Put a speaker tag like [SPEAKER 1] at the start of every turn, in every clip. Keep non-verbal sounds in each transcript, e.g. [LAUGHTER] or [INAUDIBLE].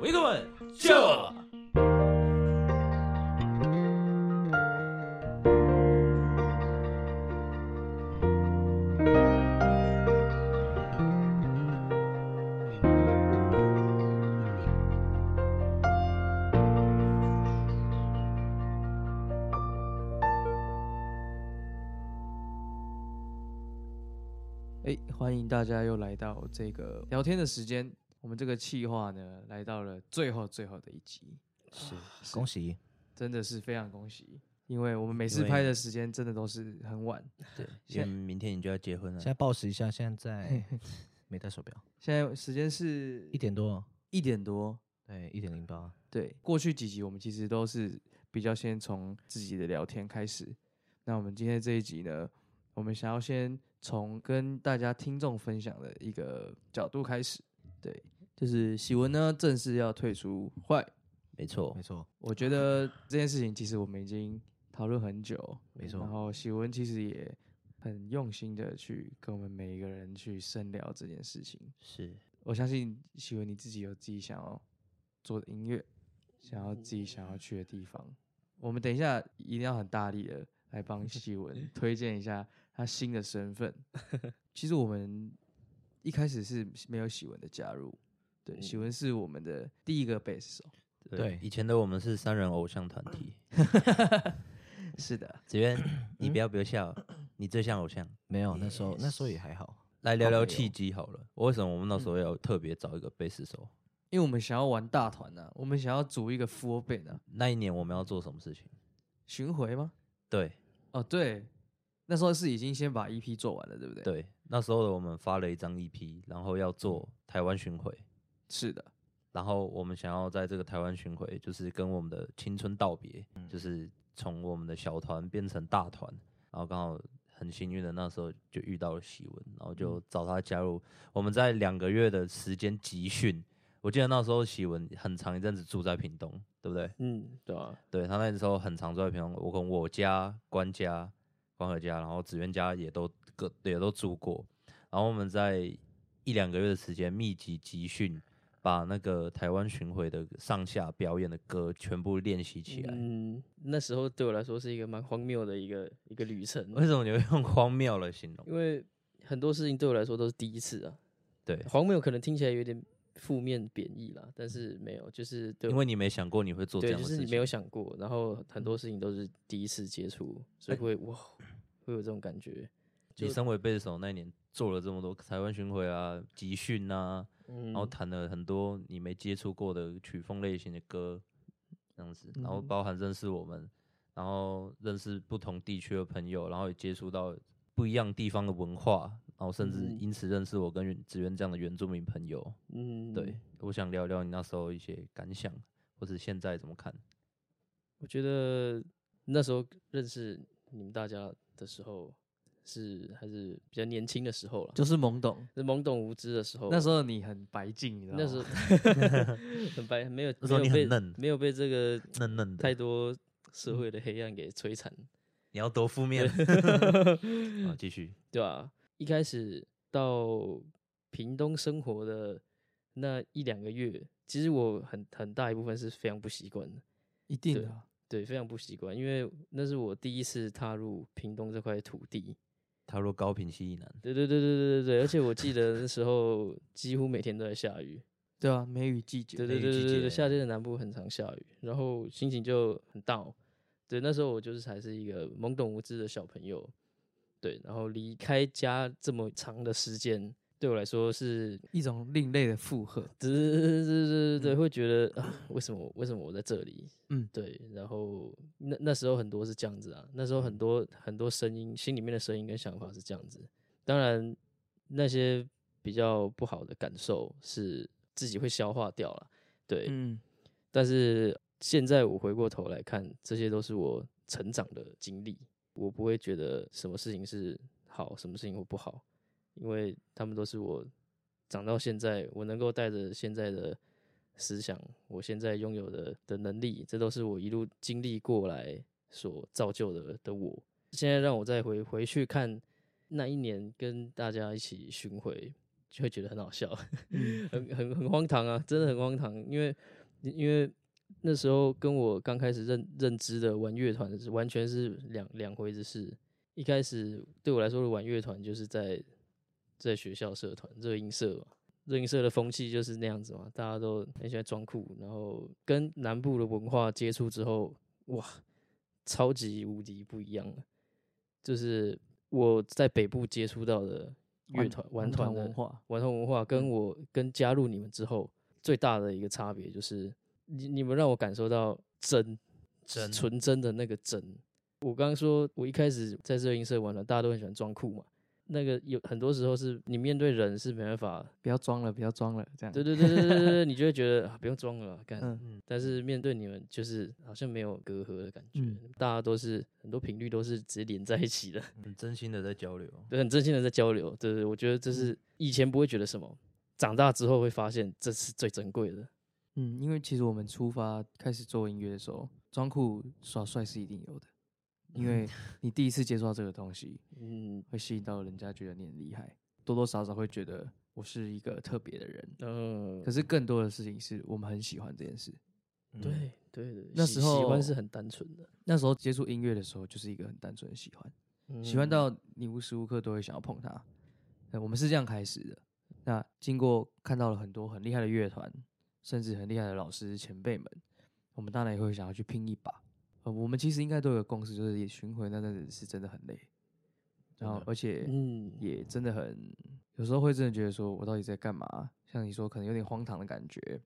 [SPEAKER 1] 维克们
[SPEAKER 2] 这
[SPEAKER 1] 哎，欢迎大家又来到这个聊天的时间。我们这个企划呢，来到了最后最后的一集，
[SPEAKER 2] 是
[SPEAKER 3] 恭喜，
[SPEAKER 1] 真的是非常恭喜，因为我们每次
[SPEAKER 2] 因为
[SPEAKER 1] 拍的时间真的都是很晚。
[SPEAKER 2] 对，因
[SPEAKER 3] 现
[SPEAKER 2] 为明天你就要结婚了
[SPEAKER 3] 现。在报时一下，现 [LAUGHS] 在没戴手表，
[SPEAKER 1] 现在时间是
[SPEAKER 3] 一点多，
[SPEAKER 1] 一点多。
[SPEAKER 3] 对，一点零八，
[SPEAKER 1] 对，过去几集我们其实都是比较先从自己的聊天开始。那我们今天这一集呢，我们想要先从跟大家听众分享的一个角度开始。对，就是喜文呢正式要退出坏。
[SPEAKER 2] 没错
[SPEAKER 3] 没，错，
[SPEAKER 1] 我觉得这件事情其实我们已经讨论很久，
[SPEAKER 3] 没错
[SPEAKER 1] 然后喜文其实也很用心的去跟我们每一个人去深聊这件事情。
[SPEAKER 2] 是
[SPEAKER 1] 我相信喜文你自己有自己想要做的音乐，想要自己想要去的地方。我们等一下一定要很大力的来帮喜文推荐一下他新的身份。其实我们一开始是没有喜文的加入，对，喜文是我们的第一个贝斯手。
[SPEAKER 3] 对
[SPEAKER 2] 以前的我们是三人偶像团
[SPEAKER 3] [COUGHS]
[SPEAKER 2] 体。
[SPEAKER 1] 是的，
[SPEAKER 2] 子渊，你不要不要笑，你最像偶像。
[SPEAKER 3] 没有，那时候那时候也还好，
[SPEAKER 2] 来聊
[SPEAKER 3] 好
[SPEAKER 2] 聊
[SPEAKER 3] 哦没
[SPEAKER 2] 契
[SPEAKER 3] 有
[SPEAKER 2] 机好了。为什么我们那时候要特别找一个贝斯手？
[SPEAKER 1] 因为我们想要玩大团呢、啊，我们想要组一个 full band 啊，
[SPEAKER 2] 那一年我们要做什么事情？
[SPEAKER 1] 巡回吗？
[SPEAKER 2] 对
[SPEAKER 1] 哦，对，那时候是已经先把 EP 做完了，对不对？，
[SPEAKER 2] 对，那时候的我们发了一张 EP，然后要做台湾巡回，
[SPEAKER 1] 是的，
[SPEAKER 2] 然后我们想要在这个台湾巡回，就是跟我们的青春道别，就是从我们的小团变成大团，然后刚好很幸运的那时候就遇到了喜文，然后就找他加入。我们在两个月的时间集训，我记得那时候喜文很长一阵子住在屏东，对不对？
[SPEAKER 4] 嗯，对啊，
[SPEAKER 2] 对他那时候很常住在平东，我跟我家、关家、关和家，然后子渊家也都各也都住过。然后我们在一两个月的时间密集集训，把那个台湾巡回的上下表演的歌全部练习起来。
[SPEAKER 4] 嗯，那时候对我来说是一个蛮荒谬的一个一个旅程，
[SPEAKER 2] 为什么你会用 [LAUGHS] 荒谬来形容？
[SPEAKER 4] 因为很多事情对我来说都是第一次啊。
[SPEAKER 2] 对，
[SPEAKER 4] 荒谬可能听起来有点负面贬义啦，但是没有， [LAUGHS] 就是对
[SPEAKER 2] 因
[SPEAKER 4] 我
[SPEAKER 2] 为你没想过你会做这
[SPEAKER 4] 对，
[SPEAKER 2] 样
[SPEAKER 4] 就
[SPEAKER 2] 的
[SPEAKER 4] 是
[SPEAKER 2] 事
[SPEAKER 4] 你没有
[SPEAKER 2] 情。
[SPEAKER 4] 想过，然后很多事情都是第一次接触，
[SPEAKER 1] 哎
[SPEAKER 4] 所以会哇，会有这种感觉。
[SPEAKER 2] 你身为贝斯手那一年做了这么多台湾巡回啊、集训啊，
[SPEAKER 1] 哦
[SPEAKER 4] 嗯
[SPEAKER 2] 然后弹了很多你没接触过的曲风类型的歌，这样子，然
[SPEAKER 1] 嗯
[SPEAKER 2] 后包含认识我们，然后认识不同地区的朋友，然后也接触到不一样地方的文化，然后甚至
[SPEAKER 4] 嗯
[SPEAKER 2] 因此认识我跟原子源这样的原住民朋友。
[SPEAKER 4] 嗯，
[SPEAKER 2] 对，我想聊聊你那时候一些感想，或者现在怎么看？
[SPEAKER 4] 我觉得那时候认识你们大家的时候，是还是比较年轻的时候了，
[SPEAKER 1] 就是懵懂。
[SPEAKER 4] 是懵懂无知的
[SPEAKER 2] 哦
[SPEAKER 4] 时候。
[SPEAKER 1] 那时候你很白净，你知道吗？
[SPEAKER 4] 那时候很白，没有
[SPEAKER 2] 那时候
[SPEAKER 4] 没
[SPEAKER 2] 你
[SPEAKER 4] 有
[SPEAKER 2] 很
[SPEAKER 4] 被
[SPEAKER 2] 嫩
[SPEAKER 4] 没有被这个
[SPEAKER 2] 嫩嫩
[SPEAKER 4] 太
[SPEAKER 2] 的，嗯
[SPEAKER 4] 多社会的黑暗给摧残，
[SPEAKER 2] 你要多负
[SPEAKER 1] [LAUGHS]
[SPEAKER 2] 面啊！继续，
[SPEAKER 4] 对吧、一开始到屏东生活的那一两个月，其实我很很大一部分是非常不习惯的，
[SPEAKER 1] 一定
[SPEAKER 4] 对
[SPEAKER 1] 的啊，
[SPEAKER 4] 对，非常不习惯，因为那是我第一次踏入屏东这块土地。
[SPEAKER 2] 踏入高频西以南，
[SPEAKER 4] 对对对对对对对，而且我记得那时候几乎每天都在下雨，
[SPEAKER 1] 对啊，梅雨季节，
[SPEAKER 4] 对
[SPEAKER 2] 梅
[SPEAKER 4] 对
[SPEAKER 2] 雨
[SPEAKER 4] 对
[SPEAKER 2] 哎季
[SPEAKER 4] 对对
[SPEAKER 2] 节
[SPEAKER 4] 对，夏天的南部很常下雨，然后心情就很 down。对，那时候我就是还是一个懵懂无知的小朋友，对，然后离开家这么长的时间，对我来说是，
[SPEAKER 1] 一种另类的负荷。
[SPEAKER 4] 对对对对对对，会觉得啊，为什么为什么我在这里？
[SPEAKER 1] 嗯
[SPEAKER 4] 对，然后那那时候很多是这样子啊，那时候很多很多声音，心里面的声音跟想法是这样子。当然，那些比较不好的感受是自己会消化掉了，对，
[SPEAKER 1] 嗯，
[SPEAKER 4] 但是现在我回过头来看，这些都是我成长的经历，我不会觉得什么事情是好，什么事情或不好，因为他们都是我长到现在，我能够带着现在的思想，我现在拥有的的能力，这都是我一路经历过来所造就的的我。现在让我再回回去看那一年跟大家一起巡回，就会觉得很好笑， [LAUGHS] 很很很荒唐啊，真的很荒唐。因为因为那时候跟我刚开始认认知的玩乐团是完全是两两回子事。一开始对我来说的玩乐团就是在在学校社团热音社嘛，热音社的风气就是那样子嘛，大家都很喜欢装酷，然后跟南部的文化接触之后，哇，超级无敌不一样了。就是我在北部接触到的乐团玩团的
[SPEAKER 1] 文化，
[SPEAKER 4] 顽童文化
[SPEAKER 1] 嗯
[SPEAKER 4] 跟我跟加入你们之后最大的一个差别就是，你你们让我感受到真
[SPEAKER 2] 真
[SPEAKER 4] 纯真的那个真。我刚刚说，我一开始在热音社玩了，大家都很喜欢装酷嘛。那个有很多时候是你面对人是没办
[SPEAKER 1] [LAUGHS]
[SPEAKER 4] 法，
[SPEAKER 1] 不要装了，不要装了，这样。
[SPEAKER 4] 对对对对对对对，你就会觉得、啊、不用装了啊，干。
[SPEAKER 1] 嗯，
[SPEAKER 4] 但是面对你们，就是好像没有隔阂的感觉，
[SPEAKER 1] 嗯
[SPEAKER 4] 大家都是很多频率都是直接连在一起的。
[SPEAKER 2] 很真心的在交流。
[SPEAKER 4] 对，很真心的在交流。对对，我觉得
[SPEAKER 1] 嗯
[SPEAKER 4] 这是以前不会觉得什么，长大之后会发现这是最珍贵的。
[SPEAKER 1] 嗯，因为其实我们出发开始做音乐的时候，装酷耍帅是一定有的，因为你第一次接触到这个东西，
[SPEAKER 4] 嗯
[SPEAKER 1] 会吸引到人家觉得你很厉害，多多少少会觉得我是一个特别的人。
[SPEAKER 4] 嗯，
[SPEAKER 1] 可是更多的事情是我们很喜欢这件事。
[SPEAKER 3] 嗯
[SPEAKER 4] 对对对，
[SPEAKER 1] 嗯那
[SPEAKER 4] 喜
[SPEAKER 1] 时
[SPEAKER 4] 喜欢
[SPEAKER 1] 候
[SPEAKER 4] 是很单纯的，
[SPEAKER 1] 那时候接触音乐的时候，就是一个很单纯的喜欢，喜欢
[SPEAKER 4] 嗯
[SPEAKER 1] 到你无时无刻都会想要碰它。呃我们是这样开始的。那经过看到了很多很厉害的乐团，甚至很厉害的老师前辈们，我们当然也会想要去拼一把。呃，我们其实应该都有共识，就是也巡回那阵子是真的很累，然后而且
[SPEAKER 4] 嗯
[SPEAKER 1] 也真的很，有时候会真的觉得说我到底在干嘛？像你说，可能有点荒唐的感觉。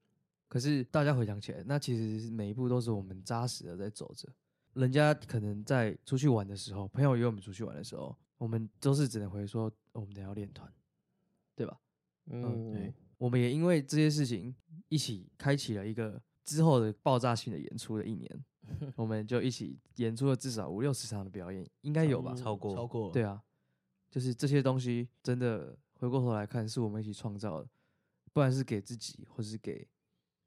[SPEAKER 1] 可是大家回想起来，那其实是每一步都是我们扎实的在走着。人家可能在出去玩的时候，朋友约我们出去玩的时候，我们都是只能回说、哦我们等一下要练团，对吧？嗯
[SPEAKER 4] 嗯
[SPEAKER 1] 我们也因为这些事情一起开启了一个之后的爆炸性的演出的一年，我们就一起演出了至少五六十场的表演，应该有吧？
[SPEAKER 2] 超过
[SPEAKER 3] 超过
[SPEAKER 1] 对啊，就是这些东西真的回过头来看，是我们一起创造的，不然是给自己或是给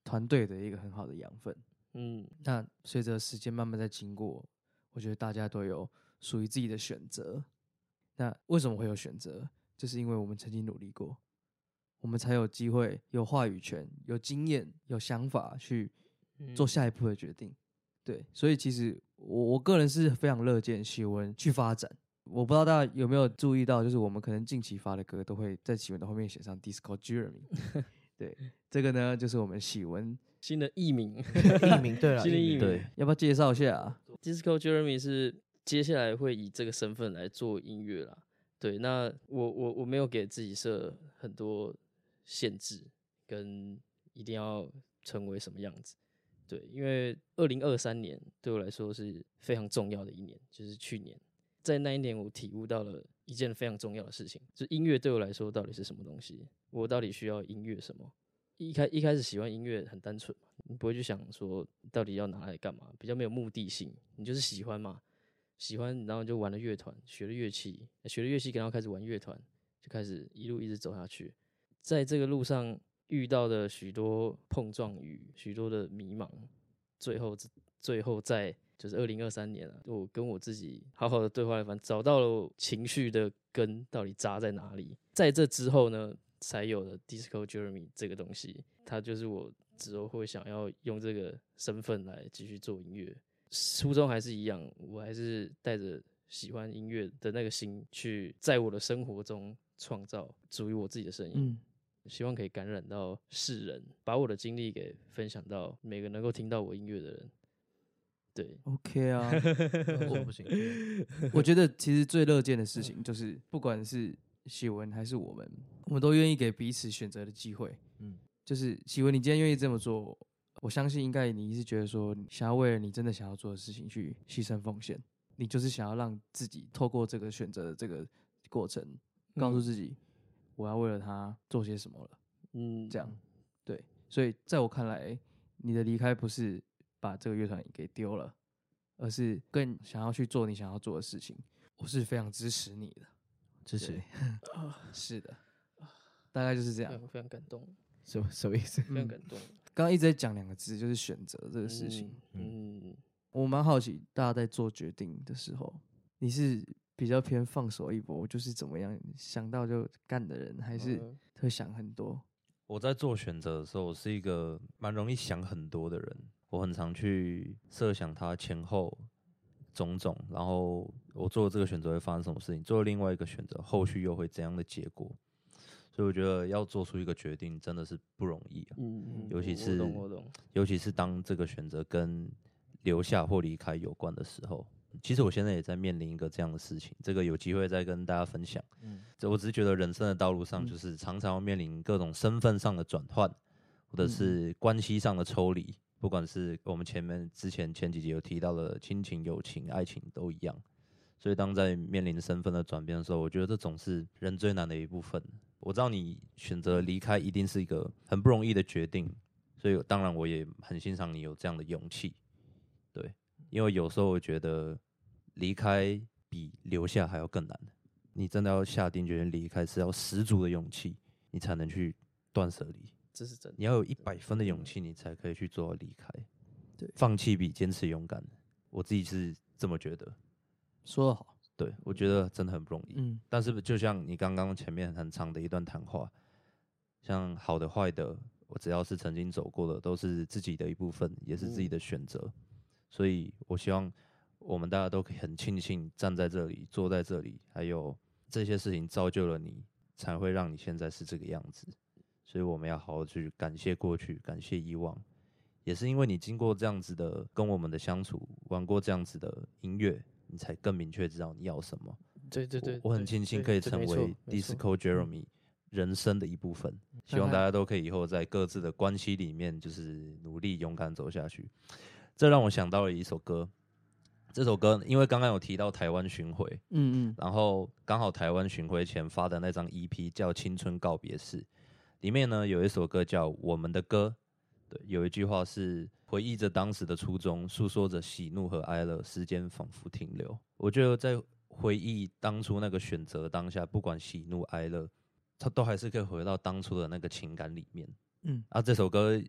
[SPEAKER 1] 团队的一个很好的养分。
[SPEAKER 4] 嗯
[SPEAKER 1] 那随着时间慢慢在经过，我觉得大家都有属于自己的选择。那为什么会有选择？就是因为我们曾经努力过，我们才有机会、有话语权、有经验、有想法去
[SPEAKER 4] 嗯
[SPEAKER 1] 做下一步的决定。对，所以其实我我个人是非常乐见喜文去发展。我不知道大家有没有注意到，就是我们可能近期发的歌都会在喜文的后面写上 Disco Jeremy。对，这个呢就是我们喜文，
[SPEAKER 4] 嗯新的艺
[SPEAKER 1] [LAUGHS]
[SPEAKER 4] 名
[SPEAKER 3] 艺名对了， [LAUGHS]
[SPEAKER 4] 新的
[SPEAKER 3] 艺
[SPEAKER 4] 艺
[SPEAKER 3] 名
[SPEAKER 4] 名
[SPEAKER 2] 对
[SPEAKER 1] 要不要介绍一下啊？
[SPEAKER 4] Disco Jeremy 是接下来会以这个身份来做音乐啦。对，那我我我没有给自己设很多限制，跟一定要成为什么样子。对，因为二零二三年对我来说是非常重要的一年，就是去年，在那一年我体悟到了一件非常重要的事情，就是音乐对我来说到底是什么东西，我到底需要音乐什么。一开一开始喜欢音乐很单纯嘛，你不会去想说到底要拿来干嘛，比较没有目的性，你就是喜欢嘛，喜欢然后就玩了乐团，学了乐器，学了乐器，然后开始玩乐团，就开始一路一直走下去，在这个路上遇到的许多碰撞与许多的迷茫，最后最后在就是二零二三年啊，我跟我自己好好的对话一番，找到了情绪的根到底扎在哪里。在这之后呢，才有了 Disco Jeremy 这个东西，它就是我之后会想要用这个身份来继续做音乐。初衷还是一样，我还是带着喜欢音乐的那个心去，在我的生活中创造属于我自己的声音。
[SPEAKER 1] 嗯，
[SPEAKER 4] 希望可以感染到世人，把我的经历给分享到每个能够听到我音乐的人。对，
[SPEAKER 3] 哦
[SPEAKER 1] OK 啊， [LAUGHS]
[SPEAKER 3] 我不行，
[SPEAKER 1] 我觉得其实最乐见的事情就是，不管是喜文还是我们，我们都愿意给彼此选择的机会。嗯
[SPEAKER 3] 嗯，
[SPEAKER 1] 就是喜文，你今天愿意这么做，我相信应该你是觉得说，你想要为了你真的想要做的事情去牺牲奉献，你就是想要让自己透过这个选择的这个过程，告
[SPEAKER 3] 嗯
[SPEAKER 1] 诉自己，我要为了他做些什么了。
[SPEAKER 4] 嗯，
[SPEAKER 1] 这样，对，所以在我看来，你的离开不是把这个乐团给丢了，而是更想要去做你想要做的事情。我是非常支持你的，
[SPEAKER 3] 支持，
[SPEAKER 1] 是的，大概就是
[SPEAKER 4] 非
[SPEAKER 1] 这样。嗯
[SPEAKER 4] 常非常感动，
[SPEAKER 3] 啊什么什么意思？
[SPEAKER 4] 非常感动。
[SPEAKER 1] 刚刚一直在讲两个字，就是选择这个事情。
[SPEAKER 4] 嗯，嗯，
[SPEAKER 1] 我蛮好奇，大家在做决定的时候，你是比较偏放手一搏，就是怎么样想到就干的人，还是
[SPEAKER 4] 嗯
[SPEAKER 1] 会想很多。
[SPEAKER 2] 我在做选择的时候，我是一个蛮容易想很多的人，我很常去设想它前后种种，然后我做了这个选择会发生什么事情，做了另外一个选择，后续又会怎样的结果。所以我觉得要做出一个决定真的是不容易、啊，
[SPEAKER 4] 嗯
[SPEAKER 2] 尤其
[SPEAKER 4] 我
[SPEAKER 2] 是
[SPEAKER 4] 懂我懂，
[SPEAKER 2] 尤其是当这个选择跟留下或离开有关的时候。其实我现在也在面临一个这样的事情，这个有机会再跟大家分享。
[SPEAKER 3] 嗯
[SPEAKER 2] 这我只是觉得人生的道路上，就是常常要面临各种身份上的转换，或者是关系上的抽离。不管是我们前面之前前几集有提到的亲情、友情、爱情都一样。所以当在面临身份的转变的时候，我觉得这总是人最难的一部分。我知道你选择离开一定是一个很不容易的决定，所以当然我也很欣赏你有这样的勇气。对，因为有时候我觉得离开比留下还要更难。你真的要下定决心离开，是要十足的勇气，你才能去断舍离。
[SPEAKER 4] 这是真的。
[SPEAKER 2] 你要有一百分的勇气，你才可以去做到离开。
[SPEAKER 1] 对
[SPEAKER 2] 放弃比坚持勇敢，我自己是这么觉得。
[SPEAKER 1] 说得好，
[SPEAKER 2] 对，我觉得真的很不容易。
[SPEAKER 1] 嗯，
[SPEAKER 2] 但是就像你刚刚前面很长的一段谈话，像好的坏的，我只要是曾经走过的，都是自己的一部分，也是自己的选择。所以我希望我们大家都可以很庆幸站在这里，坐在这里，还有这些事情造就了你，才会让你现在是这个样子。所以我们要好好去感谢过去，感谢以往。也是因为你经过这样子的跟我们的相处，玩过这样子的音乐，你才更明确知道你要什么。
[SPEAKER 4] 对对对，
[SPEAKER 2] 我我很
[SPEAKER 4] 对
[SPEAKER 2] 庆幸
[SPEAKER 4] 对
[SPEAKER 2] 可以
[SPEAKER 4] 对
[SPEAKER 2] 成
[SPEAKER 4] 没错
[SPEAKER 2] 为
[SPEAKER 4] 没错嗯
[SPEAKER 2] Disco Jeremy 人生的一部分。希望大家都可以以后在各自的关系里面，就是努力勇敢走下去。这让我想到了一首歌，这首歌因为刚刚有提到台湾巡回，
[SPEAKER 1] [LAUGHS] 嗯嗯，
[SPEAKER 2] 然后刚好台湾巡回前发的那张 EP 叫《青春告别式》，里面呢有一首歌叫《我们的歌》，对，有一句话是回忆着当时的初衷，诉说着喜怒和哀乐，时间仿佛停留。我觉得在回忆当初那个选择当下，不管喜怒哀乐，它都还是可以回到当初的那个情感里面。
[SPEAKER 1] 嗯，
[SPEAKER 2] 啊，这首歌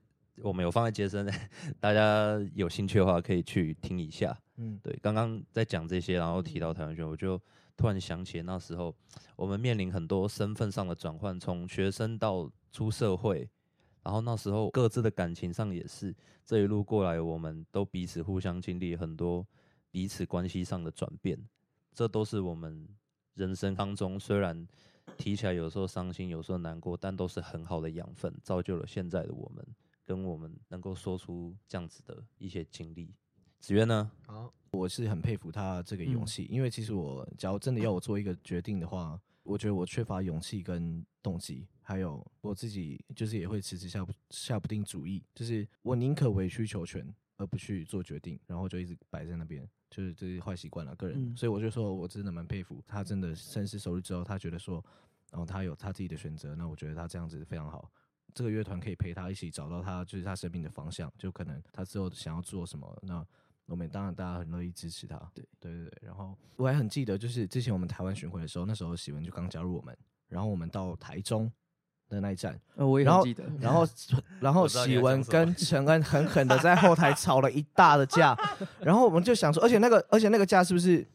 [SPEAKER 2] 我们有放在接生， [LAUGHS] 大家有兴趣的话可以去听一下。
[SPEAKER 3] 嗯，
[SPEAKER 2] 对，刚刚在讲这些，然后提到台湾学，我就突然想起那时候我们面临很多身份上的转换，从学生到出社会，然后那时候各自的感情上也是这一路过来，我们都彼此互相经历很多彼此关系上的转变，这都是我们人生当中虽然提起来有时候伤心，有时候难过，但都是很好的养分，造就了现在的我们，跟我们能够说出这样子的一些经历。子渊呢？
[SPEAKER 3] 好，我是很佩服他这个勇
[SPEAKER 1] 嗯
[SPEAKER 3] 气，因为其实我假如真的要我做一个决定的话，我觉得我缺乏勇气跟动机，还有我自己就是也会迟迟下不下不定主意，就是我宁可委曲求全，而不去做决定，然后就一直摆在那边，就是这是坏习惯了，个人。
[SPEAKER 1] 嗯
[SPEAKER 3] 所以我就说我真的蛮佩服他，真的深思熟虑之后，他觉得说，然后他有他自己的选择，那我觉得他这样子非常好。这个乐团可以陪他一起找到他就是他生命的方向，就可能他之后想要做什么，那我们当然大家很乐意支持他。
[SPEAKER 1] 对
[SPEAKER 3] 对对对。然后我还很记得，就是之前我们台湾巡回的时候，那时候喜文就刚加入我们，然后我们到台中的那一站，
[SPEAKER 1] 呃，我也
[SPEAKER 3] 然
[SPEAKER 1] 很
[SPEAKER 3] 后
[SPEAKER 1] 记得，
[SPEAKER 3] 然后然
[SPEAKER 2] 嗯
[SPEAKER 3] 后
[SPEAKER 2] 我知道你
[SPEAKER 3] 喜
[SPEAKER 2] 要讲
[SPEAKER 3] 文
[SPEAKER 2] 什么
[SPEAKER 3] 跟陈恩狠狠的在后台吵了一大
[SPEAKER 2] [LAUGHS]
[SPEAKER 3] 的架，然后我们就想说，而且那个而且那个架是不是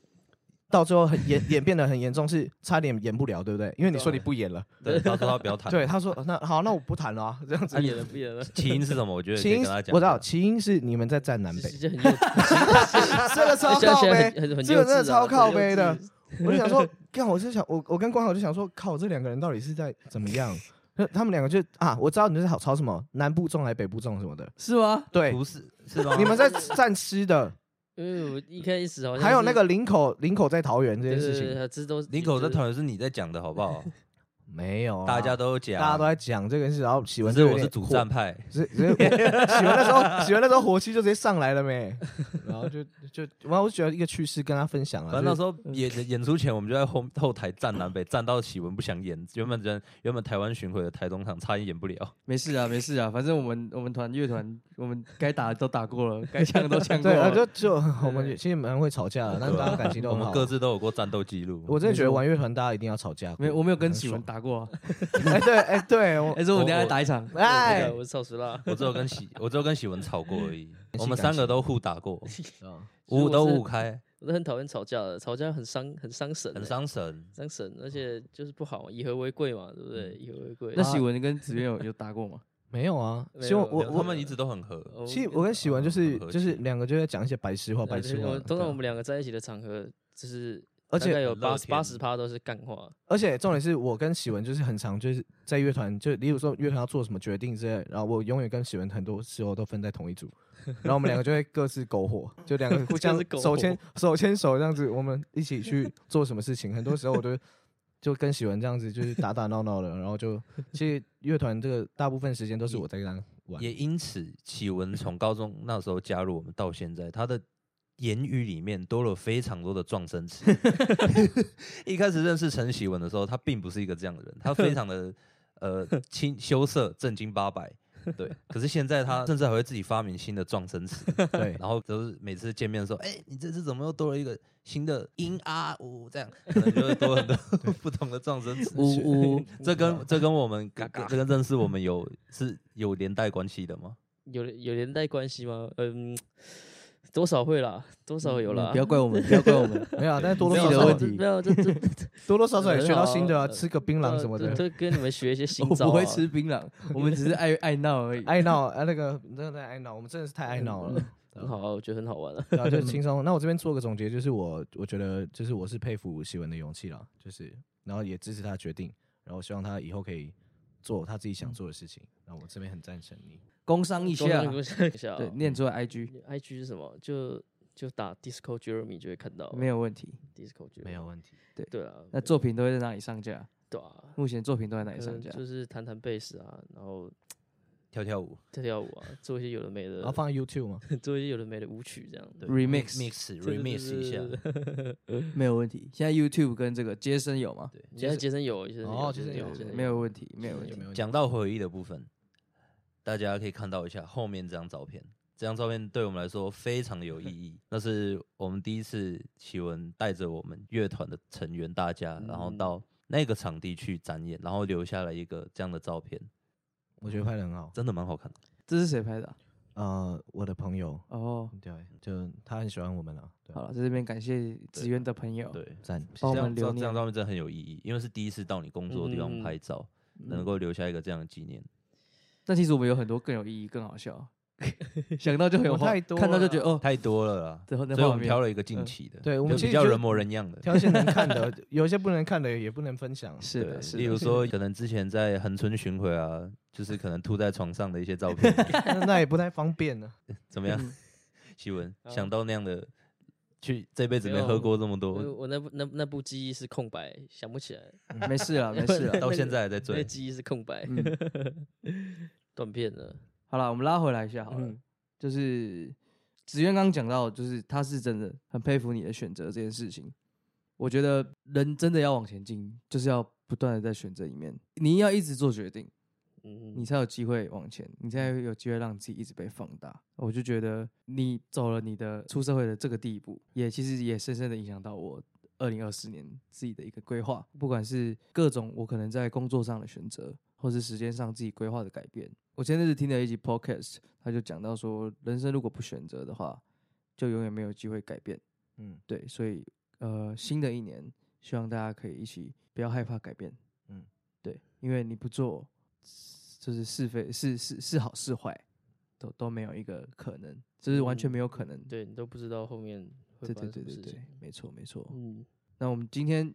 [SPEAKER 3] 到最后很演演变得很严重，是差点演不了，对不对？因为你说你不演了，
[SPEAKER 2] 对，啊他说他不要谈。
[SPEAKER 3] 对，他说那好，那我不谈了、啊，这样子
[SPEAKER 4] 不。演了不演
[SPEAKER 2] [LAUGHS]
[SPEAKER 4] 了，
[SPEAKER 2] 起因是
[SPEAKER 3] [LAUGHS]
[SPEAKER 2] 什么？我觉得
[SPEAKER 3] 起
[SPEAKER 2] 可以
[SPEAKER 3] 因
[SPEAKER 2] 跟
[SPEAKER 3] 是
[SPEAKER 2] 他讲。
[SPEAKER 3] 我知道，起因是你们在站南
[SPEAKER 4] 这
[SPEAKER 3] 北，
[SPEAKER 4] 这很幼稚，
[SPEAKER 3] 这个 [LAUGHS] 超
[SPEAKER 4] 这
[SPEAKER 3] 靠
[SPEAKER 4] 起来
[SPEAKER 3] 背
[SPEAKER 4] 很，很很
[SPEAKER 3] 这个
[SPEAKER 4] 幼
[SPEAKER 3] 真的
[SPEAKER 4] 稚啊
[SPEAKER 3] 超靠
[SPEAKER 4] 很幼
[SPEAKER 3] 背的
[SPEAKER 4] 稚
[SPEAKER 3] 我就想说，看，我是想，我我跟光豪就想说，靠，这两个人到底是在怎么样？那他们两个就啊，我知道你们在吵吵什么，南部种还是北部种什么的，
[SPEAKER 1] 是吗？
[SPEAKER 3] 对，
[SPEAKER 2] 不是是吗？
[SPEAKER 3] [LAUGHS] 你们在站吃的，
[SPEAKER 4] 因为我一开始好像
[SPEAKER 3] 还有
[SPEAKER 4] 是
[SPEAKER 3] 那个林口林口在桃园这
[SPEAKER 4] 对
[SPEAKER 3] 件
[SPEAKER 4] 对
[SPEAKER 3] 事
[SPEAKER 4] 对，
[SPEAKER 3] 情，
[SPEAKER 4] 对这都
[SPEAKER 2] 林口在
[SPEAKER 4] 这
[SPEAKER 2] 讨论是你在讲的好不
[SPEAKER 3] [LAUGHS]
[SPEAKER 2] 好？
[SPEAKER 3] 没有啊，
[SPEAKER 2] 大家都有讲，
[SPEAKER 3] 大家都在讲这个事，然后喜
[SPEAKER 2] 只
[SPEAKER 3] 文
[SPEAKER 2] 是
[SPEAKER 3] 就
[SPEAKER 2] 我是主战
[SPEAKER 3] 战，
[SPEAKER 2] 派。
[SPEAKER 3] 是是喜文那时候喜文那时候火气就直接上来了
[SPEAKER 2] [LAUGHS]
[SPEAKER 3] 没，然后就就然后我就觉得一个趣事跟他分享了，啊
[SPEAKER 2] 反正那时
[SPEAKER 3] 候
[SPEAKER 2] 候
[SPEAKER 3] 嗯
[SPEAKER 2] 演演出前，我们就在后后台站南北，站到喜文不想演。原本人原本台湾巡回的台中场差点演不了，
[SPEAKER 1] 没事啊，没事啊，反正我们我们团乐团，我们该打的都打过了，该呛的都呛过
[SPEAKER 3] 对，然
[SPEAKER 1] 了，
[SPEAKER 3] 后就就我们其实蛮会吵架的，但大家感情都
[SPEAKER 2] 啊我
[SPEAKER 3] 很
[SPEAKER 2] 们
[SPEAKER 3] 好啊
[SPEAKER 2] 各。自都有过战斗记录。
[SPEAKER 3] 我真的觉得玩乐团大家一定要吵架，
[SPEAKER 1] 没有我没有跟
[SPEAKER 3] 很
[SPEAKER 1] 启
[SPEAKER 3] 爽
[SPEAKER 1] 文打过、啊，
[SPEAKER 3] 哎对哎对，我
[SPEAKER 2] [LAUGHS]
[SPEAKER 1] 还是我们等一下
[SPEAKER 2] 我
[SPEAKER 1] 打一场，
[SPEAKER 3] 哎
[SPEAKER 4] 我是超时啊啦，
[SPEAKER 2] 我只有跟
[SPEAKER 3] [LAUGHS]
[SPEAKER 2] 喜，我只有跟喜文吵过而已。我们三个都互打过，
[SPEAKER 3] 啊
[SPEAKER 2] 五五都五开，
[SPEAKER 4] 我很讨厌吵架的，吵架很伤很伤神欸、
[SPEAKER 2] 很伤神。
[SPEAKER 4] 伤神，
[SPEAKER 2] 哦
[SPEAKER 4] 而且就是不好嘛，以和为贵嘛，对不对？
[SPEAKER 2] 嗯
[SPEAKER 4] 以和为贵。
[SPEAKER 1] 那
[SPEAKER 2] 啊
[SPEAKER 1] 喜文跟子苑有有打过吗？
[SPEAKER 3] 没有啊，
[SPEAKER 4] 没
[SPEAKER 3] 其实我
[SPEAKER 4] 有
[SPEAKER 3] 我
[SPEAKER 4] 没有
[SPEAKER 3] 我
[SPEAKER 2] 他们一直都很和，
[SPEAKER 4] 哦
[SPEAKER 3] 其实我跟喜文就是
[SPEAKER 2] 很和
[SPEAKER 3] 就是
[SPEAKER 2] 气
[SPEAKER 3] 两个就在讲一些白痴话，
[SPEAKER 4] 对
[SPEAKER 3] 白
[SPEAKER 4] 就
[SPEAKER 3] 痴
[SPEAKER 4] 是
[SPEAKER 3] 话
[SPEAKER 4] 我。通常
[SPEAKER 3] 对
[SPEAKER 4] 我
[SPEAKER 3] 啊
[SPEAKER 4] 们两个在一起的场合，就是
[SPEAKER 3] 而
[SPEAKER 4] 大
[SPEAKER 3] 且
[SPEAKER 4] 概有
[SPEAKER 2] 很乐
[SPEAKER 4] 八八十
[SPEAKER 2] 天
[SPEAKER 4] 趴都是干话，
[SPEAKER 3] 而且重点是我跟喜文就是很常就是在乐团，就例如说乐团要做什么决定之类的，然后我永远跟喜文很多时候都分在同一 [LAUGHS] 组，然后我们两个就会各自苟活，就两个互相
[SPEAKER 4] 各自苟活
[SPEAKER 3] 手牵手牵手这样子，我们一起去做什么事情。很多时候我 [LAUGHS] 都就跟喜文这样子就是打打闹闹的，然后 [LAUGHS] 就其实乐团这个大部分时间都是我在 [LAUGHS] 跟他玩。
[SPEAKER 2] 也因此，启
[SPEAKER 4] 嗯
[SPEAKER 2] 文从高中那时候加入我们到现在，他的言语里面多了非常多的撞声
[SPEAKER 4] [LAUGHS]
[SPEAKER 2] 词。 [LAUGHS] 一开始认识陈启文的时候，他并不是一个这样的人，他非常的呃清羞涩、正经八百。对，可是现在他甚至还会自己发明新的撞声词，
[SPEAKER 3] 对，
[SPEAKER 2] 然后都是每次见面的时候，哎、你这次怎么又多了一个新的音啊呜这样，可能就会多很多不同的撞声词。
[SPEAKER 4] 呜
[SPEAKER 1] [LAUGHS]
[SPEAKER 4] 呜，
[SPEAKER 2] 这跟这跟我们
[SPEAKER 4] 嘎嘎
[SPEAKER 2] 这跟认识我们有是有连带关系的吗？
[SPEAKER 4] 有有连带关系吗？嗯，多少会啦，多少有
[SPEAKER 1] 嗯
[SPEAKER 4] 啦。
[SPEAKER 1] 不要怪我们，不要怪我 [LAUGHS] 们。
[SPEAKER 3] 没有啊，但是多多
[SPEAKER 1] 你
[SPEAKER 3] 少
[SPEAKER 1] 自己的
[SPEAKER 3] 少
[SPEAKER 1] 问题
[SPEAKER 4] 没有这这这
[SPEAKER 3] 多多少少也
[SPEAKER 4] 很
[SPEAKER 3] 学
[SPEAKER 4] 好
[SPEAKER 3] 到新的啊，
[SPEAKER 4] 呃
[SPEAKER 3] 吃个槟榔什么的。
[SPEAKER 4] 这跟你们学一
[SPEAKER 1] [LAUGHS]
[SPEAKER 4] 些新
[SPEAKER 1] 我
[SPEAKER 4] 招。啊
[SPEAKER 1] 不会吃，槟榔，我们只是 [LAUGHS] 爱爱闹而已。
[SPEAKER 3] 爱闹，哎、那个真的爱闹，我们真的是太爱闹 [LAUGHS] 了。
[SPEAKER 4] 很好啊，我觉得很好 [LAUGHS] 玩啊。
[SPEAKER 3] 然后就轻松。那我这边做个总结，就是我我觉得就是我是佩服喜文的勇气啦，就是然后也支持他的决定，然后希望他以后可以做他自己想做的事情。然后我这边很赞成你，
[SPEAKER 1] 工商一下，啊
[SPEAKER 4] 跟我想一下，啊
[SPEAKER 1] 对，念出来 IG
[SPEAKER 4] IG 是什么？就就打 Disco Jeremy 就会看
[SPEAKER 2] 哦
[SPEAKER 4] 到
[SPEAKER 1] 没有问题。
[SPEAKER 4] Disco Jeremy，
[SPEAKER 3] 没有问题。
[SPEAKER 4] 对啊，
[SPEAKER 1] 那作品都会在哪里上架？
[SPEAKER 4] 对啊，
[SPEAKER 1] 目前作品都在哪里
[SPEAKER 4] 可能
[SPEAKER 1] 上架？
[SPEAKER 4] 就是弹弹贝斯啊，然后
[SPEAKER 2] 跳跳舞
[SPEAKER 4] 跳跳舞啊，做一些有的没
[SPEAKER 3] 然后
[SPEAKER 4] 的，
[SPEAKER 3] 放在 YouTube 吗？
[SPEAKER 4] 做一些有的没的舞曲这样。
[SPEAKER 2] 对
[SPEAKER 1] Remix
[SPEAKER 2] mix
[SPEAKER 4] 对对
[SPEAKER 2] remix 一下， [LAUGHS]
[SPEAKER 4] 对对对对
[SPEAKER 1] 没有问题。现在 YouTube 跟这个接生有吗？
[SPEAKER 2] 对，
[SPEAKER 4] 现在杰森有，杰森
[SPEAKER 3] 哦
[SPEAKER 4] 有，杰森
[SPEAKER 3] 杰森
[SPEAKER 4] 有
[SPEAKER 3] 有
[SPEAKER 4] 杰森
[SPEAKER 3] 对
[SPEAKER 1] 没有问题，没有问
[SPEAKER 3] 有
[SPEAKER 1] 题
[SPEAKER 3] 没。有？
[SPEAKER 2] 讲到回忆的部分，大家可以看到一下后面这张照片。这张照片对我们来说非常有意义，那是我们第一次奇文带着我们乐团的成员大家，然后
[SPEAKER 4] 嗯
[SPEAKER 2] 到那个场地去展演，然后留下了一个这样的照片，
[SPEAKER 3] 我觉得拍的很好。
[SPEAKER 2] 真的蛮好看的。
[SPEAKER 1] 这是谁拍的啊？
[SPEAKER 3] 呃，我的朋友，
[SPEAKER 1] 哦，
[SPEAKER 3] 对，就他很喜欢我们啊。对啊，
[SPEAKER 1] 好了，在这边感谢职员的朋友。
[SPEAKER 2] 对，
[SPEAKER 3] 赞。
[SPEAKER 1] 帮我
[SPEAKER 2] 这
[SPEAKER 1] 们
[SPEAKER 2] 样
[SPEAKER 1] 留
[SPEAKER 2] 照
[SPEAKER 1] 念
[SPEAKER 2] 这张照片真的很有意义，因为是第一次到你工作的地
[SPEAKER 4] 嗯
[SPEAKER 2] 方拍照，能够留下一个这样的纪念。
[SPEAKER 1] 但其实我们有很多更有意义、更
[SPEAKER 2] [LAUGHS]
[SPEAKER 1] 好笑，想到就很有
[SPEAKER 3] 我
[SPEAKER 1] 画
[SPEAKER 3] 太多
[SPEAKER 1] 看到就
[SPEAKER 3] 了
[SPEAKER 1] 觉得哦，
[SPEAKER 2] 太多了啦，
[SPEAKER 1] 最后那
[SPEAKER 2] 所以我
[SPEAKER 1] 画
[SPEAKER 2] 们
[SPEAKER 1] 面
[SPEAKER 2] 挑了一个近期的，
[SPEAKER 3] 对我们
[SPEAKER 2] 就
[SPEAKER 3] 其
[SPEAKER 2] 比
[SPEAKER 3] 实
[SPEAKER 2] 较
[SPEAKER 3] 就
[SPEAKER 2] 人模人样的。
[SPEAKER 3] 挑一些能看的，有一些不能看的也不能分享。
[SPEAKER 1] 是的，是
[SPEAKER 2] 例
[SPEAKER 1] 的 [LAUGHS]
[SPEAKER 2] 如说，可能之前在恒春巡回啊，就是可能吐在床上的一些照
[SPEAKER 1] [LAUGHS]
[SPEAKER 2] 片，
[SPEAKER 3] 那那也不太方便啊呢。
[SPEAKER 2] 怎么样
[SPEAKER 1] 嗯？
[SPEAKER 2] 希文
[SPEAKER 4] 好
[SPEAKER 2] 想到那样的，去这辈子
[SPEAKER 4] 哦没
[SPEAKER 2] 没喝
[SPEAKER 4] 有
[SPEAKER 2] 过这么
[SPEAKER 4] 我
[SPEAKER 2] 多，
[SPEAKER 4] 我那部那那部记忆是空白，想不起来，
[SPEAKER 1] 没事了，没事
[SPEAKER 2] [LAUGHS]
[SPEAKER 1] 了。
[SPEAKER 2] 到现在还在
[SPEAKER 4] 那个
[SPEAKER 2] 醉。
[SPEAKER 4] 记忆是空白，
[SPEAKER 1] 嗯，
[SPEAKER 4] [LAUGHS] 断片了。
[SPEAKER 1] 好了，我们拉回来一下好了
[SPEAKER 4] 嗯。
[SPEAKER 1] 就是子渊刚刚讲到，就是他是真的很佩服你的选择这件事情。我觉得人真的要往前进，就是要不断的在选择里面，你要一直做决定，
[SPEAKER 4] 嗯，
[SPEAKER 1] 你才有机会往前，你才有机会让自己一直被放大。我就觉得你走了你的出社会的这个地步，也其实也深深的影响到我二零二四年自己的一个规划，不管是各种我可能在工作上的选择，或是时间上自己规划的改变。我前阵子听了一集 podcast，他就讲到说，人生如果不选择的话，就永远没有机会改变。
[SPEAKER 3] 嗯
[SPEAKER 1] 对，所以呃，新的一年，希望大家可以一起不要害怕改变。嗯
[SPEAKER 3] 嗯，
[SPEAKER 1] 对，因为你不做，就是是非是是是好是坏，都都没有一个可能，就是完全没有可能。
[SPEAKER 4] 嗯对你都不知道后面会
[SPEAKER 1] 对
[SPEAKER 4] 发生什
[SPEAKER 1] 对对
[SPEAKER 4] 么
[SPEAKER 1] 对
[SPEAKER 4] 事情
[SPEAKER 1] 对。，没错没错。
[SPEAKER 4] 嗯，
[SPEAKER 1] [LAUGHS] 那我们今天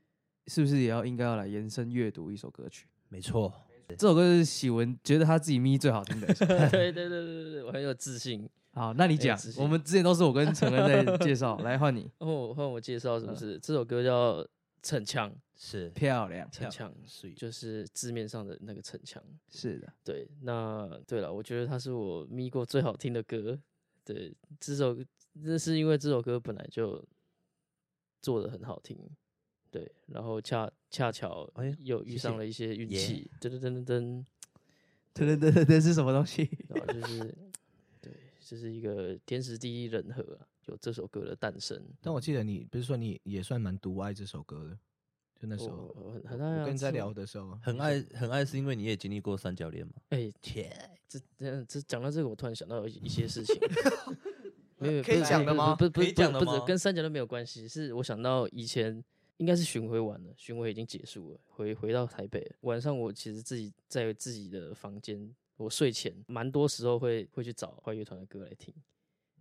[SPEAKER 1] 是不是也要应该要来延伸阅读一首歌曲？
[SPEAKER 2] 没错，
[SPEAKER 1] 这首歌是喜文觉得他自己咪最好听的
[SPEAKER 4] [LAUGHS]
[SPEAKER 1] 一首。
[SPEAKER 4] 对对对对对对，我很有自信。
[SPEAKER 1] 好，那你讲
[SPEAKER 4] 自，信
[SPEAKER 1] 我们之前都是我跟陈恩在介绍，来
[SPEAKER 4] [LAUGHS]
[SPEAKER 1] 换你，
[SPEAKER 4] 换我换我介绍是不
[SPEAKER 1] 嗯
[SPEAKER 4] 是？这首歌叫《逞强》，
[SPEAKER 2] 是
[SPEAKER 1] 漂亮，
[SPEAKER 4] 逞强
[SPEAKER 2] 是
[SPEAKER 4] 就是字面上的那个逞强。
[SPEAKER 1] 是的，
[SPEAKER 4] 对，那对了，我觉得它是我咪过最好听的歌。对，这首那是因为这首歌本来就做的很好听，对，然后恰恰巧
[SPEAKER 2] 哎呀
[SPEAKER 4] 又遇
[SPEAKER 2] 谢
[SPEAKER 4] 上
[SPEAKER 2] 谢
[SPEAKER 4] 了一些运
[SPEAKER 2] 耶
[SPEAKER 4] 气，噔噔噔噔噔，
[SPEAKER 1] 对对对对对，是什么东西？
[SPEAKER 4] 然后就是对，这是一个天时地利人和啊，有这首歌的诞生。
[SPEAKER 3] 但我记得你不是说你也算蛮独爱这首歌的，就那时候
[SPEAKER 4] 我我很
[SPEAKER 3] 我
[SPEAKER 4] 很爱啊
[SPEAKER 3] 我跟你在
[SPEAKER 4] 这首
[SPEAKER 3] 聊的时候，
[SPEAKER 2] 很爱很爱，是因为你也经历过三角恋嘛？
[SPEAKER 4] 嗯哎、这这这讲到这个，我突然想到一一些事情。没有
[SPEAKER 3] 可以
[SPEAKER 4] 不是
[SPEAKER 3] 讲的吗
[SPEAKER 4] 不是不
[SPEAKER 2] 可
[SPEAKER 4] 是
[SPEAKER 2] 以
[SPEAKER 4] 不是
[SPEAKER 2] 讲的
[SPEAKER 4] 不是
[SPEAKER 2] 吗
[SPEAKER 4] 跟三角都没有关系，是我想到以前应该是巡回完了，巡回已经结束了，回回到台北了晚上我其实自己在自己的房间，我睡前蛮多时候会会去找坏乐团的歌来听，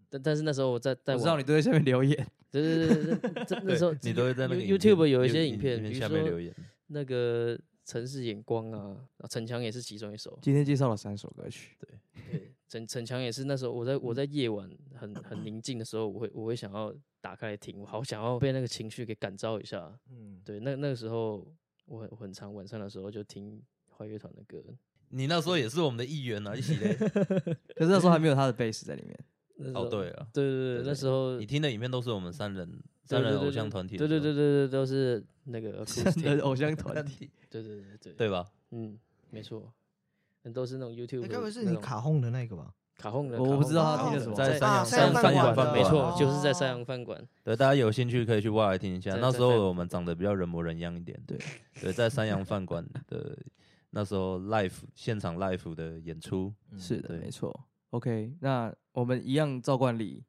[SPEAKER 4] 但但是那时候我在在
[SPEAKER 1] 我知道
[SPEAKER 4] 网
[SPEAKER 1] 你都在下面留言，
[SPEAKER 4] 对对对对对，这那时候
[SPEAKER 2] 你都会在那个
[SPEAKER 4] You-
[SPEAKER 2] 影片
[SPEAKER 4] YouTube 有一
[SPEAKER 2] 影
[SPEAKER 4] 些影片，比如
[SPEAKER 2] 下面留
[SPEAKER 4] 说
[SPEAKER 2] 言，
[SPEAKER 4] 那个《城市眼光》啊，啊城墙也是其中一首，
[SPEAKER 1] 今天介绍了三首歌 [LAUGHS] 曲，
[SPEAKER 4] 对，城城墙也是那时候我在我在夜晚很很宁静的时候，我会我会想要打开来听，我好想要被那个情绪给感召一下。
[SPEAKER 3] 嗯，
[SPEAKER 4] 对，那那个时候我很我很常晚上的时候就听坏乐团的歌，
[SPEAKER 2] 你那时候也是我们的一员啊，一
[SPEAKER 4] [LAUGHS]
[SPEAKER 2] 起嘞。
[SPEAKER 1] 可是那时候还没有他的 bass 在里面。
[SPEAKER 4] 那时候
[SPEAKER 2] 哦，对了，
[SPEAKER 4] 对对对，那时候
[SPEAKER 2] 你听的影片都是我们三人
[SPEAKER 4] 对
[SPEAKER 2] 三
[SPEAKER 4] 对
[SPEAKER 2] 人
[SPEAKER 4] 对
[SPEAKER 2] 偶
[SPEAKER 4] 对
[SPEAKER 2] 像团体的时
[SPEAKER 4] 对
[SPEAKER 2] 候，
[SPEAKER 4] 对对对对，都是那个
[SPEAKER 1] [LAUGHS]
[SPEAKER 4] acoustic
[SPEAKER 1] 的偶像团体，
[SPEAKER 4] 对对对对，
[SPEAKER 2] 对吧？
[SPEAKER 4] 嗯，没错，那都是那种 YouTube，
[SPEAKER 3] 那哎该不会是
[SPEAKER 4] 那
[SPEAKER 3] 你
[SPEAKER 4] 种
[SPEAKER 3] 卡轰的那个吧？啊
[SPEAKER 4] 卡轰的卡
[SPEAKER 1] 我
[SPEAKER 4] 轰的，
[SPEAKER 1] 不知道他
[SPEAKER 3] 听的
[SPEAKER 1] 什么
[SPEAKER 2] 在
[SPEAKER 4] 三
[SPEAKER 2] 阳
[SPEAKER 4] 三
[SPEAKER 2] 山
[SPEAKER 4] 饭
[SPEAKER 2] 阳
[SPEAKER 4] 馆，
[SPEAKER 2] 馆
[SPEAKER 4] 没
[SPEAKER 2] 吧
[SPEAKER 4] 错，就是在
[SPEAKER 3] 哦
[SPEAKER 4] 三阳饭馆。
[SPEAKER 2] 对，大家有兴趣可以去外来听一下。
[SPEAKER 4] 在
[SPEAKER 2] 那
[SPEAKER 4] 在
[SPEAKER 2] 时候
[SPEAKER 4] 在
[SPEAKER 2] 我们长得比较人模人样一点，
[SPEAKER 1] 对
[SPEAKER 2] 对，在三洋饭馆的那时候 live 现场 live 的演出，
[SPEAKER 1] 是
[SPEAKER 2] 嗯
[SPEAKER 1] 的，
[SPEAKER 2] 对
[SPEAKER 1] 没错。OK，那我们一样照惯例，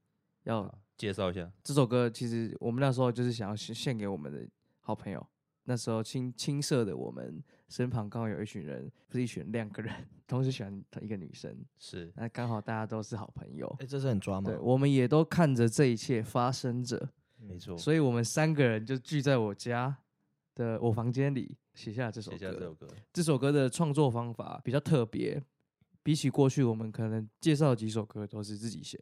[SPEAKER 1] 要
[SPEAKER 2] 介绍一下。
[SPEAKER 1] 这首歌其实我们那时候就是想要献献给我们的好朋友。那时候青青涩的我们身旁刚好有一群人，不是一群两个人，同时喜欢同一个女生，
[SPEAKER 2] 是
[SPEAKER 1] 那刚好大家都是好朋友
[SPEAKER 3] 哎、。这是很抓吗
[SPEAKER 2] 嗯
[SPEAKER 1] 对，？我们也都看着这一切发生着，
[SPEAKER 2] 没错，
[SPEAKER 1] 所以我们三个人就聚在我家的我房间里写下这首
[SPEAKER 2] 写
[SPEAKER 1] 歌。
[SPEAKER 2] 下这首歌，
[SPEAKER 1] 这首歌的创作方法比较特别，比起过去我们可能介绍的几首歌都是自己写，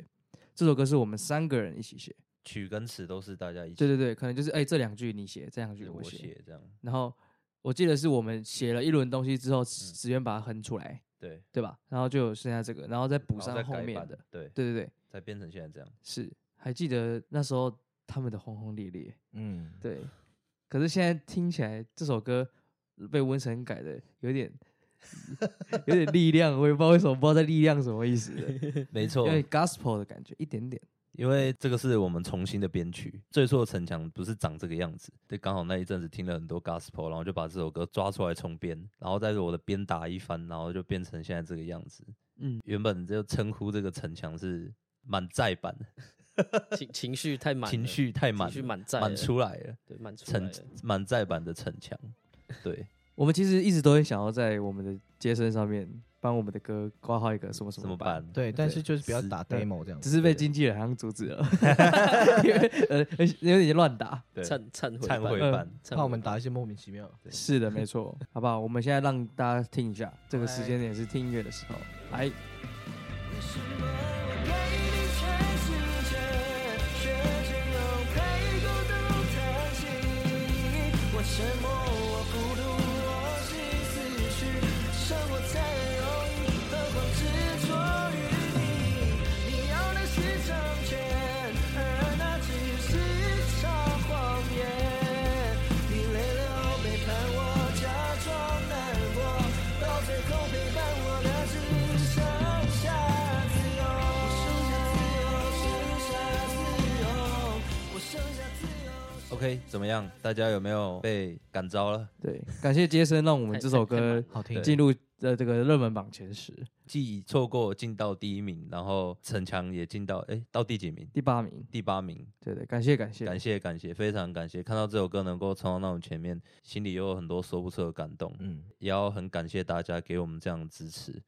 [SPEAKER 1] 这首歌是我们三个人一起写。
[SPEAKER 2] 曲跟词都是大家一起，
[SPEAKER 1] 对对对，可能就是哎、这两句你写，这两句
[SPEAKER 2] 是
[SPEAKER 1] 我
[SPEAKER 2] 我
[SPEAKER 1] 写。
[SPEAKER 2] 写这样，
[SPEAKER 1] 然后我记得是我们写了一轮东西之
[SPEAKER 2] 嗯
[SPEAKER 1] 后，只愿把它哼出来，
[SPEAKER 2] 对，
[SPEAKER 1] 对吧？然后就有剩下这个，然后再补
[SPEAKER 2] 然
[SPEAKER 1] 上
[SPEAKER 2] 再
[SPEAKER 1] 后
[SPEAKER 2] 改
[SPEAKER 1] 面
[SPEAKER 2] 版
[SPEAKER 1] 的。，
[SPEAKER 2] 对，
[SPEAKER 1] 对对对，
[SPEAKER 2] 才变成现在这
[SPEAKER 1] [LAUGHS]
[SPEAKER 2] 样。
[SPEAKER 1] 是。还记得那时候他们的轰轰烈烈，
[SPEAKER 3] 嗯，
[SPEAKER 1] 对。可是现在听起来这首歌被温晨改的有点 [LAUGHS] 有点力量，我也不知道为什么，不知道在力量什么意思 [LAUGHS] 的，
[SPEAKER 2] 没
[SPEAKER 1] 有
[SPEAKER 2] 错，
[SPEAKER 1] 点 gospel 的感觉，一点点。
[SPEAKER 2] 因为这个是我们重新的编曲，最初的城墙不是长这个样子，对，刚好那一阵子听了很多 gospel，然后就把这首歌抓出来重编，然后再我的编打一番，然后就变成现在这个样子。
[SPEAKER 1] 嗯，
[SPEAKER 2] 原本就称呼这个城墙是满载版，
[SPEAKER 4] 情情绪太满了，
[SPEAKER 2] 情绪太满
[SPEAKER 4] 情绪
[SPEAKER 2] 了，
[SPEAKER 4] 满载了，
[SPEAKER 2] 满出来了，
[SPEAKER 4] 对满出来
[SPEAKER 2] 城
[SPEAKER 4] 了。
[SPEAKER 2] 满载版的城
[SPEAKER 4] [LAUGHS]
[SPEAKER 2] 墙，对，
[SPEAKER 1] 我们其实一直都很想要在我们的街声上面帮我们的歌挂号一个什么什
[SPEAKER 2] 怎
[SPEAKER 1] 么
[SPEAKER 2] 么
[SPEAKER 1] 版，
[SPEAKER 2] 办？
[SPEAKER 3] 对，但
[SPEAKER 1] 对
[SPEAKER 3] 是就是不要
[SPEAKER 2] 是
[SPEAKER 3] 打
[SPEAKER 1] 对
[SPEAKER 3] demo 这样
[SPEAKER 1] 只
[SPEAKER 3] 子。
[SPEAKER 1] 是被经纪人好像阻止 [LAUGHS] 了，因为呃有点乱打。
[SPEAKER 2] 对，忏
[SPEAKER 4] 忏忏
[SPEAKER 2] 悔
[SPEAKER 4] 悔版，
[SPEAKER 1] 嗯
[SPEAKER 2] 版，
[SPEAKER 4] 忏
[SPEAKER 3] 怕我
[SPEAKER 4] 悔版
[SPEAKER 3] 们打一些莫名其妙。
[SPEAKER 1] 是的，没错， [LAUGHS] 哎好不好？我们现在让大家听一下，这个时间点是听音乐的时候。来，
[SPEAKER 5] 为什么我给你全世界，却只有配孤独叹息？我沉默，我孤独，我是死去，生活太容易，何况执着于你？你要的是成全，而那只是场谎言。你泪流背叛我，假装难过，到最后陪伴我的只剩。剩下自由，剩下自由，剩下自由，我剩下自由。
[SPEAKER 2] OK，怎么样？大家有没有被感召了？
[SPEAKER 1] 对，感谢杰森让我们
[SPEAKER 4] 太
[SPEAKER 1] 这首
[SPEAKER 4] 太太
[SPEAKER 1] 歌
[SPEAKER 4] 满
[SPEAKER 3] 好听
[SPEAKER 2] 对
[SPEAKER 1] 进入呃这个热门榜前十，
[SPEAKER 2] 既错过进到第一名，然后城墙也进到哎到第几名？
[SPEAKER 1] 第八名。
[SPEAKER 2] 第八名，
[SPEAKER 1] 对对，感谢感谢，
[SPEAKER 2] 感谢感谢，非常感谢！看到这首歌能够冲到那种前面，心里又有很多说不出的感动。
[SPEAKER 3] 嗯，
[SPEAKER 2] 也要很感谢大家给我们这样的支持。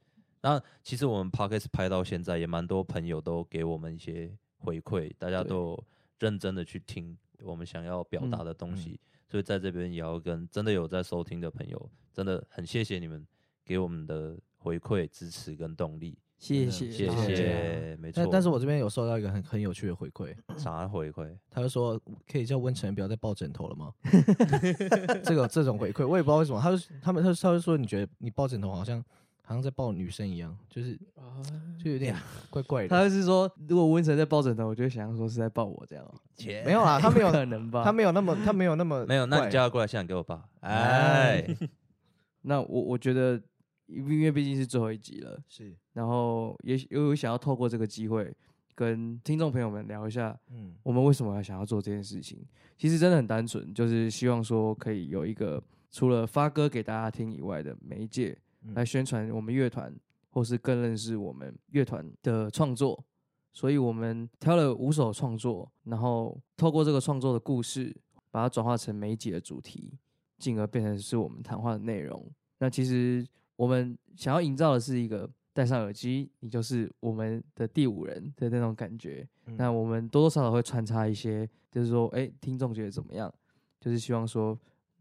[SPEAKER 2] 那其实我们 podcast 拍到现在，也蛮多朋友都给我们一些回馈，大家
[SPEAKER 1] 对
[SPEAKER 2] 都有认真的去听我们想要表达的东西，所以在这边也要跟真的有在收听的朋友，真的很谢谢你们给我们的回馈、支持跟动力，
[SPEAKER 1] 谢
[SPEAKER 3] 谢
[SPEAKER 2] 谢
[SPEAKER 1] 大家
[SPEAKER 2] 谢，没错
[SPEAKER 3] 但。但是我这边有收到一个很很有趣的回馈，
[SPEAKER 2] 啥回馈？
[SPEAKER 3] 他就说可以叫温晨不要再抱枕头了吗？ [LAUGHS] 这个这种回馈我也不知道为什么，他就他们他他就说你觉得你抱枕头好像好像在抱女生一样，就是
[SPEAKER 4] 啊，
[SPEAKER 3] 就有点怪怪
[SPEAKER 1] 他
[SPEAKER 3] 的。
[SPEAKER 1] 就是说，如果温晨在抱枕头，我就会想象说是在抱我这样哦、
[SPEAKER 2] 切
[SPEAKER 3] 没有啦，他没
[SPEAKER 1] 不可
[SPEAKER 3] 有
[SPEAKER 1] 能吧？
[SPEAKER 3] 他没有那么他没有那么
[SPEAKER 2] 没有，那
[SPEAKER 3] 怪
[SPEAKER 2] 你叫他过来现场给我爸。哎，
[SPEAKER 1] 那我我觉得，因为毕竟是最后一集了，
[SPEAKER 3] 是
[SPEAKER 1] 然后也许有想要透过这个机会跟听众朋友们聊一下，
[SPEAKER 3] 嗯
[SPEAKER 1] 我们为什么要想要做这件事情。其实真的很单纯，就是希望说可以有一个除了发歌给大家听以外的媒介，
[SPEAKER 3] 嗯
[SPEAKER 1] 来宣传我们乐团，或是更认识我们乐团的创作，所以我们挑了五首创作，然后透过这个创作的故事，把它转化成每一集的主题，进而变成是我们谈话的内容。那其实我们想要营造的是一个戴上耳机，你就是我们的第五人的那种感觉。
[SPEAKER 2] 嗯
[SPEAKER 3] 嗯
[SPEAKER 1] 那我们多多少少会穿插一些，就是说，哎，听众觉得怎么样？就是希望说，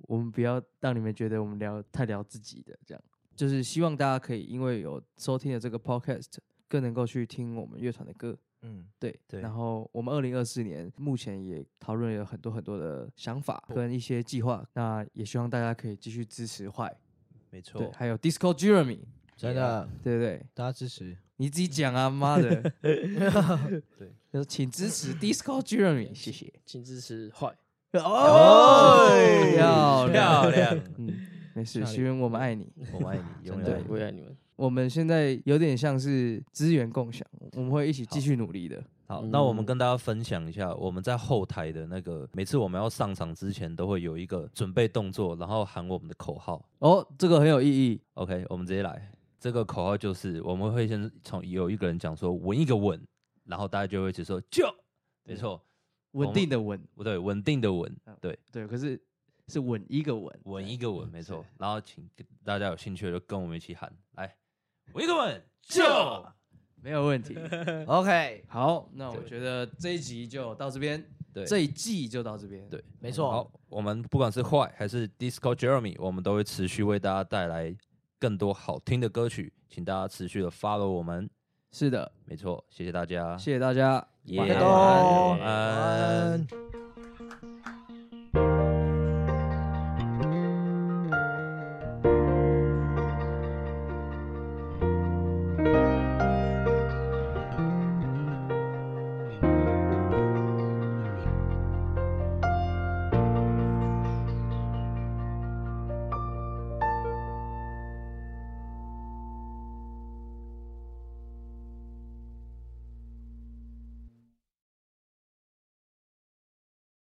[SPEAKER 1] 我们不要让你们觉得我们聊太聊自己的这样。就是希望大家可以因为有收听的这个 podcast，更能够去听我们乐团的歌。
[SPEAKER 3] 嗯，
[SPEAKER 1] 对，
[SPEAKER 2] 对
[SPEAKER 1] 然后我们二零二四年目前也讨论了很多很多的想法跟一些计划，那也希望大家可以继续支持坏，
[SPEAKER 2] 没错
[SPEAKER 1] 对，，还有 Disco Jeremy，
[SPEAKER 3] 真的，
[SPEAKER 1] 对不对？
[SPEAKER 3] 大家支持，
[SPEAKER 1] 你自己讲啊，妈的，
[SPEAKER 2] [LAUGHS]
[SPEAKER 1] [LAUGHS]
[SPEAKER 2] 对，
[SPEAKER 1] 就是请支持 Disco Jeremy，谢谢。
[SPEAKER 4] 请支持坏，
[SPEAKER 2] 哦
[SPEAKER 1] 哎
[SPEAKER 3] 哎
[SPEAKER 1] 漂亮
[SPEAKER 2] 漂亮，
[SPEAKER 1] 嗯， [LAUGHS] 没事，希望我们爱你。
[SPEAKER 2] 我们爱你，永
[SPEAKER 4] 真
[SPEAKER 2] 远爱
[SPEAKER 4] 的
[SPEAKER 2] 你，
[SPEAKER 4] 我也爱你们。
[SPEAKER 1] 我们现在有点像是资源共享，我们会一起继续努力的。
[SPEAKER 2] 好，那我们
[SPEAKER 4] 嗯
[SPEAKER 2] 跟大家分享一下，我们在后台的那个，每次我们要上场之前都会有一个准备动作，然后喊我们的口号。
[SPEAKER 1] 哦，这个很有意义。
[SPEAKER 2] OK，我们直接来。这个口号就是我们会先从有一个人讲说稳一个稳，然后大家就会一起说就，没错，
[SPEAKER 1] 稳定的稳，
[SPEAKER 2] 不对，稳定的稳
[SPEAKER 1] 嗯，
[SPEAKER 2] 对，
[SPEAKER 1] 哦对，可是是稳一个稳，
[SPEAKER 2] 稳一个稳，没错。然后请大家有兴趣的就跟我们一起喊，来，稳一个稳，就。
[SPEAKER 1] 没有 [LAUGHS] 问题。
[SPEAKER 3] ，OK，
[SPEAKER 1] 好，那我
[SPEAKER 2] 对
[SPEAKER 1] 觉得这一集就到这边，
[SPEAKER 2] 对，
[SPEAKER 1] 这一季就到这边。
[SPEAKER 2] 对，嗯
[SPEAKER 3] 没错
[SPEAKER 2] 好，我们不管是坏还是 Disco Jeremy，我们都会持续为大家带来更多好听的歌曲，请大家持续的 follow 我们。
[SPEAKER 1] 是的，啊
[SPEAKER 2] 没错，谢谢大家，
[SPEAKER 1] 谢谢大家，
[SPEAKER 2] 耶
[SPEAKER 1] 晚
[SPEAKER 3] 拜
[SPEAKER 1] 安
[SPEAKER 3] 拜
[SPEAKER 2] 晚安
[SPEAKER 3] 晚
[SPEAKER 2] 晚安
[SPEAKER 3] 安。